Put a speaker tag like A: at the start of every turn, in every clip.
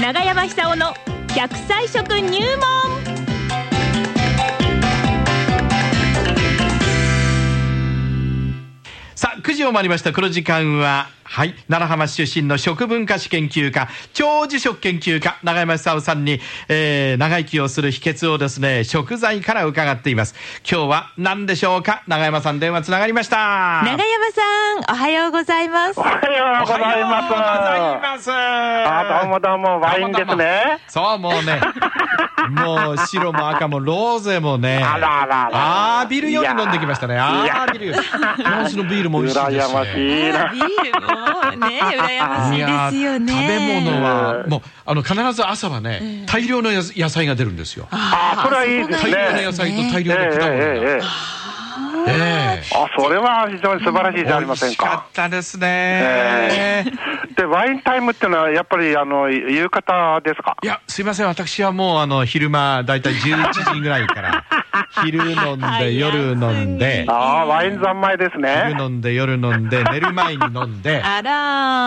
A: 長山久夫の100歳食入門
B: さあ、9時を回りました。この時間は、はい、奈良浜市出身の食文化史研究家、長寿食研究家、長山久夫さんに、えー、長生きをする秘訣をですね、食材から伺っています。今日は何でしょうか長山さん電話つながりました。
A: 長山さんおはようございます
C: おはようございます。
B: おはようございます。
C: あ、どうもどうも、ワインですね。
B: そう、もうね。もう白も赤もローゼもね。
C: あらあらあら
B: あービールより飲んできましたね。
C: い
B: あ
C: や
B: ービール。フランスのビールも美味しいです
C: 羨
B: し。
C: ましいな。
A: ビールも ね羨ましいですよね
B: 食べ物は
C: うん
B: もうあの必ず朝はね大量のや野菜が出るんですよ
C: あ、それはいいで
A: そ
C: す
B: 大
A: うなん
B: 量
C: ね
B: の
A: だよ
B: 野菜と
A: ね
B: 大
C: ええ。え
B: 量の果物
C: えええ
B: がええ
C: あ、それは非常に素晴らしいじゃあり
B: 美
C: ま
B: 味
C: せん
B: しか
C: か。
B: ったです
C: え
B: ね
C: で、ワインタイムっていうのは、やっぱり、あの、夕方ですか
B: いやすいません私はもうあの昼間だいたい11時ぐらいから 昼飲ん
A: 早
B: で
A: い
B: 夜飲んで
C: ああ、ワイン三昧です
B: 昼
C: ね。
B: 飲んで夜飲んで寝る前に飲んで
A: あらー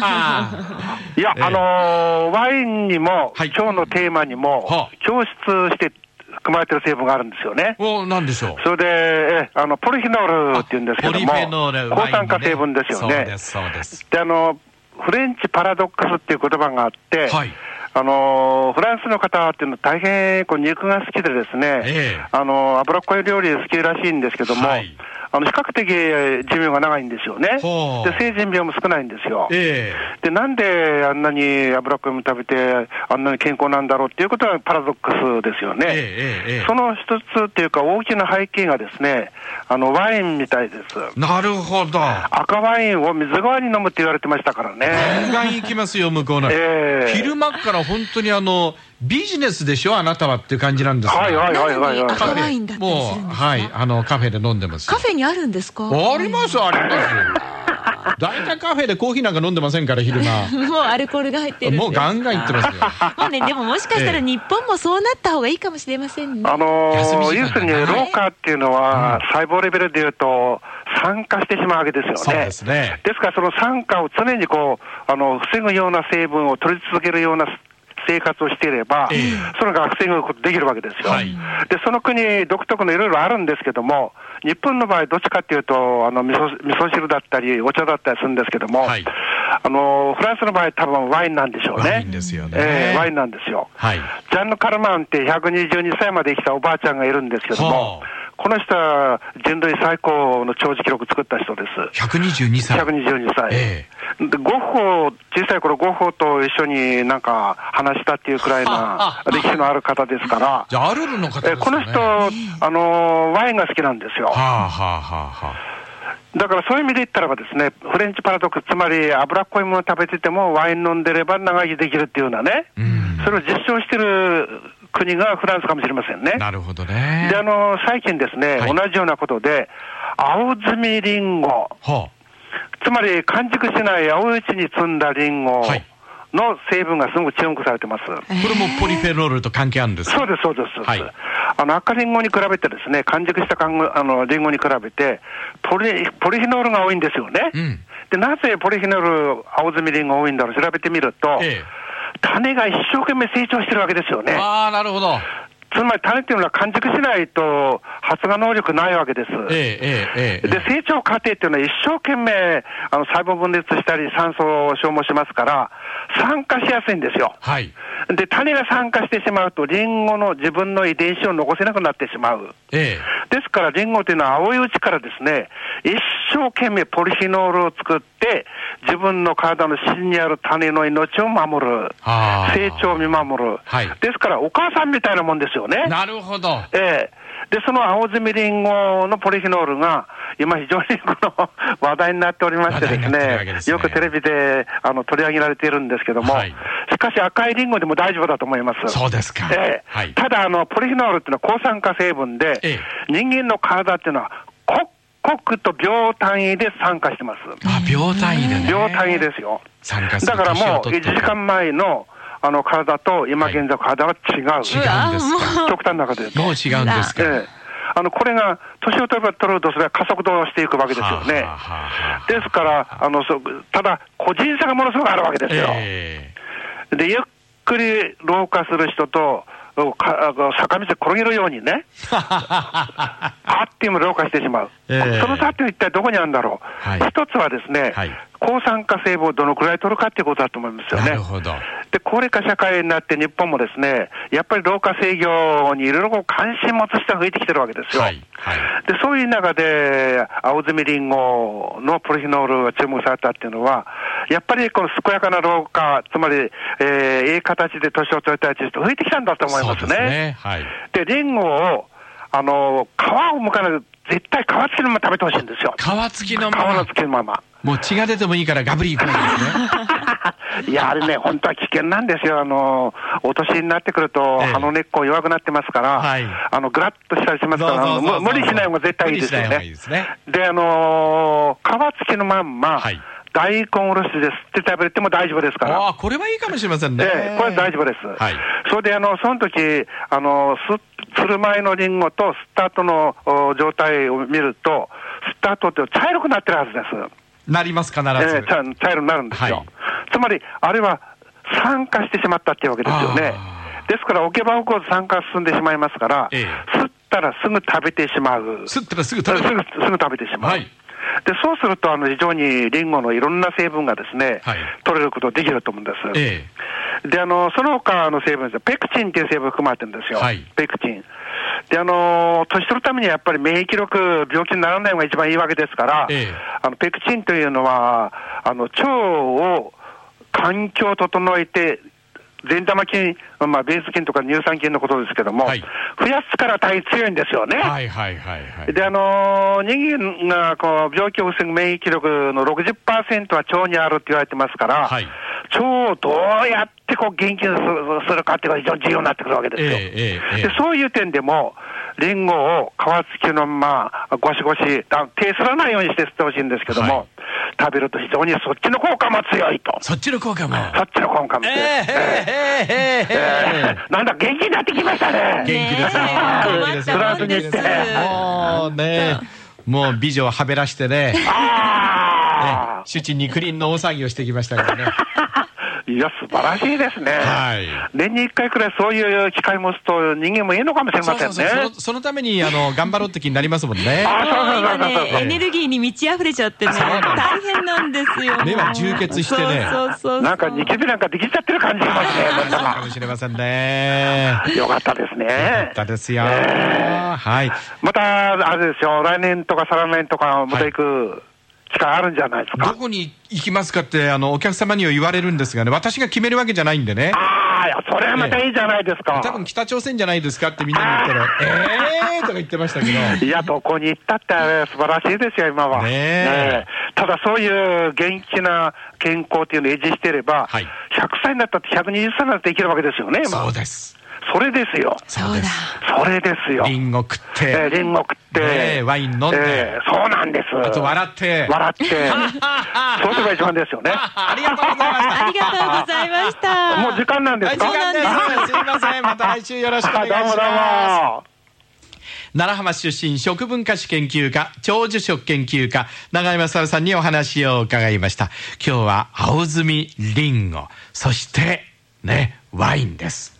B: あ
C: いや、
B: ええ
C: あのーワインにも、
B: はい
C: 今日のテーマに
B: は
C: も
B: あ、
C: 抽出して含まれてる成分があるんですよね。
B: おなんでしょう
C: それで、ええあの、ポリフェノールって言うんですけ
B: ポ
C: ど
B: リ
C: も、
B: フェノールワイン
C: 抗
B: にね
C: 酸化成分ですよね。
B: そうですそうです
C: であのフレンチパラドックスっていう言葉があって、
B: はい
C: あのフランスの方っていうのは大変こう肉が好きでですね、
B: ええ
C: あの脂っこい料理好きらしいんですけども、
B: はい
C: あの比較的えー寿命が長いんですよね。
B: ほう
C: で成人病も少ないんですよ。
B: え
C: でなんであんなに脂っこいもの食べてあんなに健康なんだろうっていうことはパラドックスですよね。
B: えええええ
C: その一つっていうか大きな背景がですね、あのワインみたいです。
B: えなるほど
C: 赤ワインを水代わりに飲むって言われてましたからね。
B: 海岸行きますよ、向こうの。
C: ええ
B: 昼間っから本当にあの、ビジネスでしょ、あなたはっていう感じなんですが
C: はいはいはいはいは
A: なの
C: い。
A: に赤
B: カフェ
A: ワインだったりす
B: も
A: るん
B: う、
A: ですか
B: はい、あの、カフェで飲んでますよ。
A: カフェにあるんですか
B: あります、あ ります。大体カフェでコーヒーなんか飲んでませんから、昼間。
A: もうアルコールが入ってるんです
B: もうガンガン行ってますよ。
A: まあね、でももしかした
B: ええ
A: ら日本もそうなった方がいいかもしれませんね。
C: あの
B: 休み時
C: ー、
B: 間
C: 要
B: だ
C: するに
B: はい
C: 老化っていうのは、細胞レベルでいうと、酸化してしまうわけですよね。
B: そうですね
C: ですから、その酸化を常にこう、あの、防ぐような成分を取り続けるような生活をしていれば、
B: ええ
C: それが防ぐことできるわけですよ。
B: はい
C: で、その国独特のいろいろあるんですけども、日本の場合、どっちかっていうと、あの、味噌味噌汁だったり、お茶だったりするんですけども、
B: はい
C: あのー、フランスの場合、多分ワインなんでしょうね。
B: ワインですよね
C: ええワインなんですよ。
B: はい。
C: ジャンヌ・カルマンって122歳まで生きたおばあちゃんがいるんですけども
B: は、
C: この人は人類最高の長寿記録作った人です。
B: 122歳。
C: 122歳。
B: え
C: でゴッホ、小さい頃ゴッホと一緒になんか話したっていうくらいな歴史のある方ですから、
B: じゃあ、アルルの方です
C: え
B: よね。
C: この人、
B: は
C: あのーワインが好きなんですよ。
B: あ、はあ、はあ、はあ。
C: だからそういう意味で言ったらばですね、フレンチパラドックス、つまり脂っこいものを食べててもワイン飲んでれば長生きできるっていうようなね、
B: うん。
C: それを実証してる国がフランスかもしれませんね。
B: なるほどね
C: で、。あの、最近ですね、
B: はい
C: 同じようなことで、青摘みりんご、
B: は
C: つまり完熟しない青いうちに摘んだりんご
B: はい
C: の成分がすごく注目されてます。
B: あ。これもポリフェノールと関係あるんですか
C: そうです、そうです。
B: はい
C: あの、赤りんごに比べてですね、完熟したかんごあのりんごに比べて、ポリ、ポリフェノールが多いんですよね。
B: うん。
C: で、なぜポリフェノール、青摘みりんご多いんだろう調べてみると、
B: え
C: 種が一生懸命成長してるわけですよ
B: え。
C: ね。
B: ああ、なるほど。
C: つまり種っていうのは完熟しないと発芽能力ないわけです。
B: ええ、ええ、ええ。
C: で、成長過程っていうのは一生懸命、あの、細胞分裂したり酸素を消耗しますから、酸化しやすいんですよ。
B: はい。
C: で、種が酸化してしまうと、リンゴの自分の遺伝子を残せなくなってしまう。
B: ええ。
C: ですから、リンゴというのは青いうちからですね、一生懸命ポリフェノールを作って、自分の体の芯にある種の命を守る。
B: ああ
C: 成長を見守る。
B: はい
C: ですから、お母さんみたいなもんですよね。
B: なるほど。
C: ええで、その青摘みりんごのポリフェノールが、今非常にこ の話題になっておりましてです
B: 話題になってるわけ
C: ね、
B: ですね
C: よくテレビであの取り上げられているんですけども、
B: はい
C: しかし赤いりんごでも大丈夫だと思います。
B: そうですか。
C: ええ
B: はい。
C: ただあの、ポリフェノールっていうのは抗酸化成分で、
B: え
C: 人間の体っていうのは、刻々と秒単位で酸化してます。
B: あ、秒単位でね。
C: 秒単位ですよ。
B: 参加する
C: だからもう、1時間前のあの体と今現在の体は違う。
B: 違うんですか。
C: 極端なことで言うと。
B: もう違うんですか。
C: ええ、あのこれが年を取れば取るほど、それは加速度していくわけですよ
B: はあはあ
C: ね。
B: はあはあ
C: ですから、あのそただ、個人差がものすごくあるわけですよ。
B: え
C: で、ゆっくり老化する人と、か坂道で転げるようにね、あっという間に老化してしまう、
B: ええ
C: その差っていうのは一体どこにあるんだろう、
B: はい
C: 一つはですね、
B: はい
C: 抗酸化成分をどのくらい取るかっていうことだと思いますよ
B: な
C: ね。
B: るほど。
C: で高齢化社会になって、日本もですねやっぱり老化制御にいろいろこう関心持つ人が増えてきてるわけですよ。
B: はい。はい。
C: でそういう中で、青摘みりんごのプロフィノールが注目されたっていうのは、やっぱりこの健やかな老化、つまり、えー、いい形で年を取りたいという人、増えてきたんだと思います
B: そうです
C: ね。
B: ね。はい。
C: でりんごをあの皮をむかないで、絶対皮付きのまま食べてほしいんですよ。
B: 皮付きの
C: 皮
B: ま
C: の
B: ま
C: 付。きのまま。
B: もう血が出てもいいからガブリ行くんです ね。
C: いや、あれね、本当は危険なんですよ。あの、お年になってくると、
B: ええ
C: 葉の根っこ弱くなってますから、
B: はい
C: あの、ぐらっとしたりしますから、あのむ無理しない方が絶対いいですよ
B: 無理しない方がいい
C: ね。
B: ですね。
C: で、あのー皮付きのまんま、
B: はい
C: 大根おろしで吸って食べれても大丈夫ですから。
B: ああ、これはいいかもしれませんね。
C: ええこれ大丈夫です。
B: はい
C: それで、あの、その時、あの、す、する前のリンゴと吸った後のお状態を見ると、吸った後って茶色くなってるはずです。
B: なります、必ず。
C: ええ茶茶色になるんですよ。
B: はい
C: つまり、あれは酸化してしまったっていうわけですよね
B: あ。
C: ですから、置けば置くほど酸化が進んでしまいますから、
B: ええ
C: 吸ったらすぐ食べてしまう。
B: 吸ったらすぐ
C: すぐ
B: 食べる。
C: すぐ食べてしまう。
B: はい
C: でそうするとあの、非常にリンゴのいろんな成分がですね、
B: はい
C: 取れることができると思うんです。
B: ええ
C: であのその他の成分ですねペクチンっていう成分が含まれてるんですよ、
B: はい
C: ペクチン。であの年取るためにはやっぱり免疫力、病気にならないのが一番いいわけですから、
B: ええ
C: あのペクチンというのは、あの腸を環境を整えて、善玉菌、まあ、ベース菌とか乳酸菌のことですけども、
B: はい
C: 増やすから大変強いんですよね。
B: はいはいはいはい。
C: で、あのー人間がこう病気を防ぐ免疫力の60%は腸にあるって言われてますから、
B: はい
C: 腸をどうやってこう元気にするするかっていうのが非常に重要になってくるわけです
B: ええ
C: よ。
B: えええ
C: でそういう点でも、リンゴを皮付きのまま、ゴシゴシ、あ手すらないようにして吸ってほしいんですけども、
B: はい
C: 食べると非常にそっちの効果も強いと、
B: そっちの効果も。
C: そっちの効果も
B: え
C: 強い。
B: えええええええ
C: えーなんだ、元気になってきましたね。
B: 元気ですね。
A: ねえ
C: 困ったもんです
B: もうね、もう美女をはべらしてね、
C: あー
B: 主治にクリンの大騒ぎをしてきましたか らね。
C: いや、素晴らしいですね。
B: はい
C: 年に一回くらいそういう機会を持つと人間もいいのかもしれ
B: そ
C: ま
B: う
C: せん
B: そ
C: ね。
B: うそう。そのそのために、あの、頑張ろうって気になりますもんね。
C: あ
A: もう今
C: そうそうそうそう
A: ね、エネルギーに満ち溢れちゃってね、
B: そうなんです
A: 大変なんですよ。
B: 目は充血してね
A: そうそうそう。
C: なんかニキビなんかできちゃってる感じします ね
B: そ
C: な
B: うん
C: だ
B: かもしれませんね。
C: か。よかったです
B: だ
C: ね
B: っ。たですよ。
C: え
B: はい。
C: また、あれですよ、来年とか再来年とか、また行く機会あるんじゃないです
B: ど
C: か。
B: こに行きますかって、あの、お客様には言われるんですがね、私が決めるわけじゃないんでね。
C: ああ、いやそれはまたいいじゃないですか。
B: 多分北朝鮮じゃないですかってみんなに言ったら、えーとか言ってましたけど。
C: いや、どこに行ったってあれ素晴らしいですよ、今は。
B: ねえ
C: えただ、そういう元気な健康っていうのを維持してれば、
B: はい
C: 100歳になったって120歳になって生きるわけですよね、今
B: そうです。
C: それですよ。
B: そうです。
C: それですよ。
B: リンゴ食っ
C: えー
B: て、
C: リンゴ食って、
B: ねえワイン飲んで
C: えーそうなんです。
B: あと笑って。
C: 笑って、そうすれば一番ですよね。
B: ありがとうございました。
A: ありがとうございました。
C: もう時間なんで
B: は
C: す
B: い時
C: か
B: 間です。すいません。また来週よろしくお願
C: あ
B: い
C: どうもど
B: し
C: う
B: ます。
C: も。
B: 奈良浜市出身食文化史研究家長寿食研究家永山沙さんにお話を伺いました今日は青摘みりんごそしてねワインです